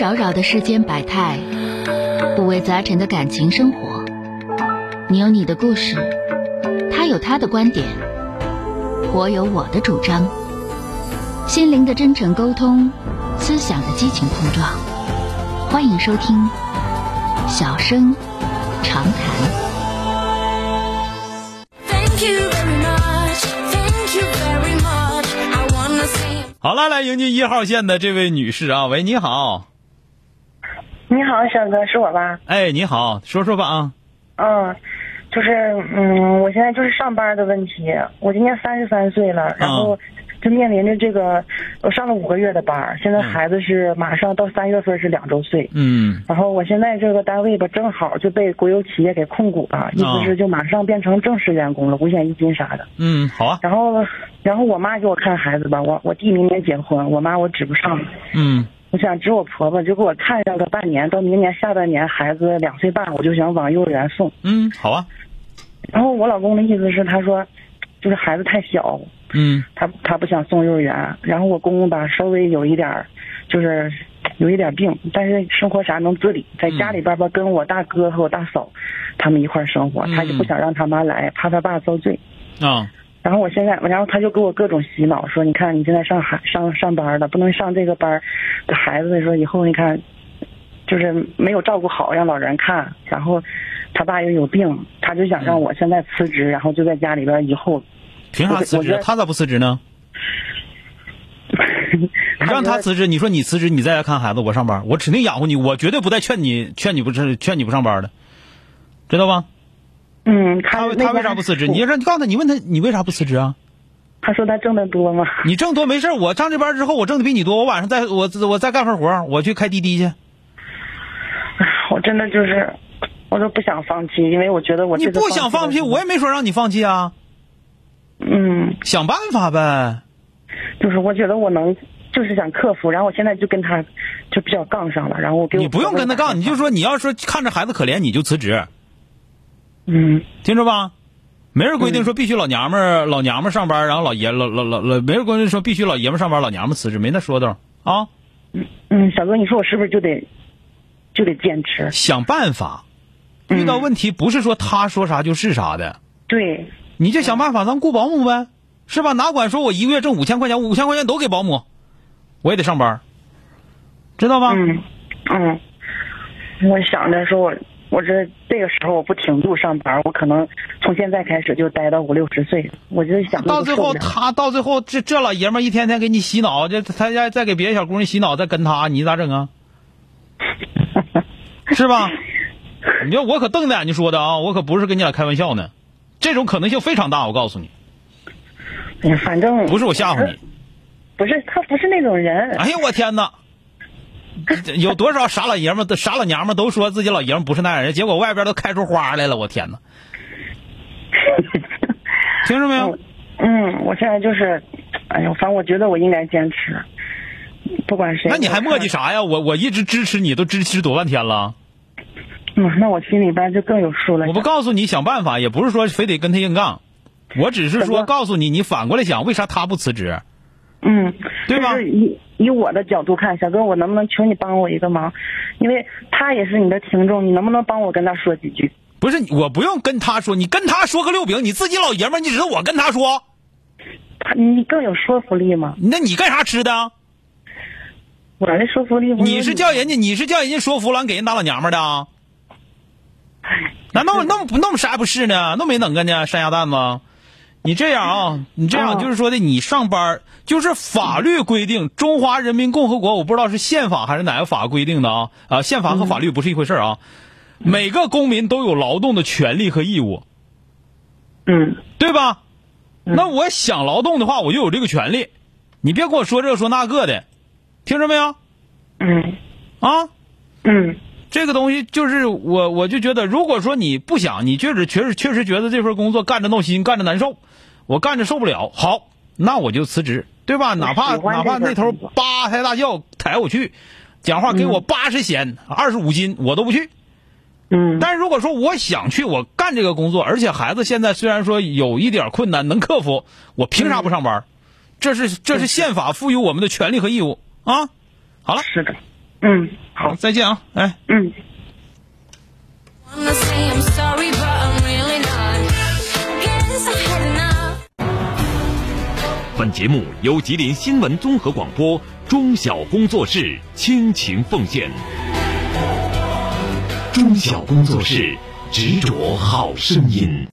扰扰的世间百态，五味杂陈的感情生活。你有你的故事，他有他的观点，我有我的主张。心灵的真诚沟通，思想的激情碰撞。欢迎收听《小声长谈》。 Thank you very much. Thank you very much. I wanna sing. 好了，来迎接一号线的这位女士啊，喂，你好，你好，小哥，是我吧？哎，你好，说说吧啊，嗯，就是嗯，我现在就是上班的问题。我今年三十三岁了，然后就面临着这个，我上了五个月的班儿，现在孩子是马上到三月份是两周岁。嗯，然后我现在这个单位吧，正好就被国有企业给控股了，意思是就马上变成正式员工了，五险一金啥的。嗯，好啊，然后，然后我妈给我看孩子吧，我我弟明年结婚，我妈我指不上，嗯，我想指我婆婆就给我看上个半年，到明年下半年孩子两岁半，我就想往幼儿园送。嗯，好啊，然后我老公的意思是，他说，就是孩子太小，嗯，他他不想送幼儿园。然后我公公吧，稍微有一点儿，就是有一点病，但是生活啥能自理，在家里边吧，跟我大哥和我大嫂他们一块儿生活，嗯他就不想让他妈来，怕他爸遭罪。啊，然后我现在，然后他就给我各种洗脑，说你看你现在上海上上班了，不能上这个班儿，孩子说以后你看，就是没有照顾好，让老人看，然后他爸又有病，他就想让我现在辞职，然后就在家里边以后， 凭啥辞我觉职得？他咋不辞职呢？你让他辞职，你说你辞职，你在家看孩子，我上班，我指定养活你，我绝对不带劝你，劝你不是劝你不上班的，知道吧？嗯，他他他为啥不辞职？你让告诉他，你问他你为啥不辞职啊？他说他挣得多吗？ 你挣多没事儿我上这班之后我挣的比你多，我晚上再我我再干份活儿，我去开滴滴去。我真的就是，我都不想放弃，因为我觉得我你这个不想放放弃屁，的我也没说让你放弃啊，嗯，想办法呗。就是我觉得我能。就是想克服，然后我现在就跟他就比较杠上了，然后我给我你不用跟他打电话杠，你就说你要说看着孩子可怜你就辞职，嗯听着吧？没人规定说必须老娘们儿、老娘们儿上班，然后老爷老老老老，没人规定说必须老爷们儿上班、老娘们儿辞职，没那说道啊。嗯，小哥，你说我是不是就得就得坚持？嗯想办法，遇到问题不是说他说啥就是啥的，对，你就想办法咱雇保姆呗，是吧？哪管说我一个月挣五千块钱，五千块钱都给保姆，我也得上班，知道吧？嗯嗯，我想着说我我这这个时候我不停住上班，我可能从现在开始就待到五六十岁，我就 想着到我最受不后，了他到最后，这这老爷们儿一天天给你洗脑，这他家再给别的小姑娘洗脑，再跟他，你咋整啊？是吧？你说我可瞪着眼睛说的啊，我可不是跟你俩开玩笑呢，这种可能性非常大，我告诉你，哎呀反正不是我吓唬你。，不是他不是那种人，哎呀，我天哪！这有多少傻老爷们儿、傻老娘们儿都说自己老爷们儿不是那样人，结果外边都开出花来了，我天哪！听着没有？嗯，我现在就是，哎呦，反正我觉得我应该坚持，不管谁。那你还磨叽？啥呀？我我一直支持你，都支持多半天了。嗯，那我心里边就更有数了。我不告诉你想办法，也不是说非得跟他硬杠，我只是怎么说了告诉你，你反过来想，为啥他不辞职？嗯，对吧就是以以我的角度看，小哥，我能不能求你帮我一个忙？因为他也是你的听众，你能不能帮我跟他说几句？不是，我不用跟他说，你跟他说个六饼，你自己老爷们儿，你指着我跟他说，他你更有说服力吗？那你干啥吃的啊？我的说服力不你是叫人家，你是叫人家说服了，给人当老娘们儿的啊？难道那么那么啥也不是呢？那么没能干呢？山鸭蛋子，你这样啊，你这样嗯就是说的，你上班儿就是法律规定，《中华人民共和国》我不知道是宪法还是哪个法规定的啊啊，宪法和法律不是一回事儿啊。每个公民都有劳动的权利和义务，嗯对吧？那我想劳动的话，我就有这个权利。你别跟我说这说那个的，听着没有嗯啊？嗯这个东西就是我，我就觉得，如果说你不想，你确实确实确实觉得这份工作干着闹心，干着难受，我干着受不了，好，那我就辞职，对吧？哪怕喜欢哪怕这份那头工作八抬大轿抬我去，讲话给我八十弦二十五斤，我都不去。嗯但是如果说我想去，我干这个工作，而且孩子现在虽然说有一点困难能克服，我凭啥不上班？这是这是宪法赋予我们的权利和义务啊！好了。是的，嗯，好，再见啊，哎。嗯。 Wanna say I'm sorry, but I'm really not. Guess I had enough. 本节目由吉林新闻综合广播中小工作室倾情奉献。中小工作室执着好声音。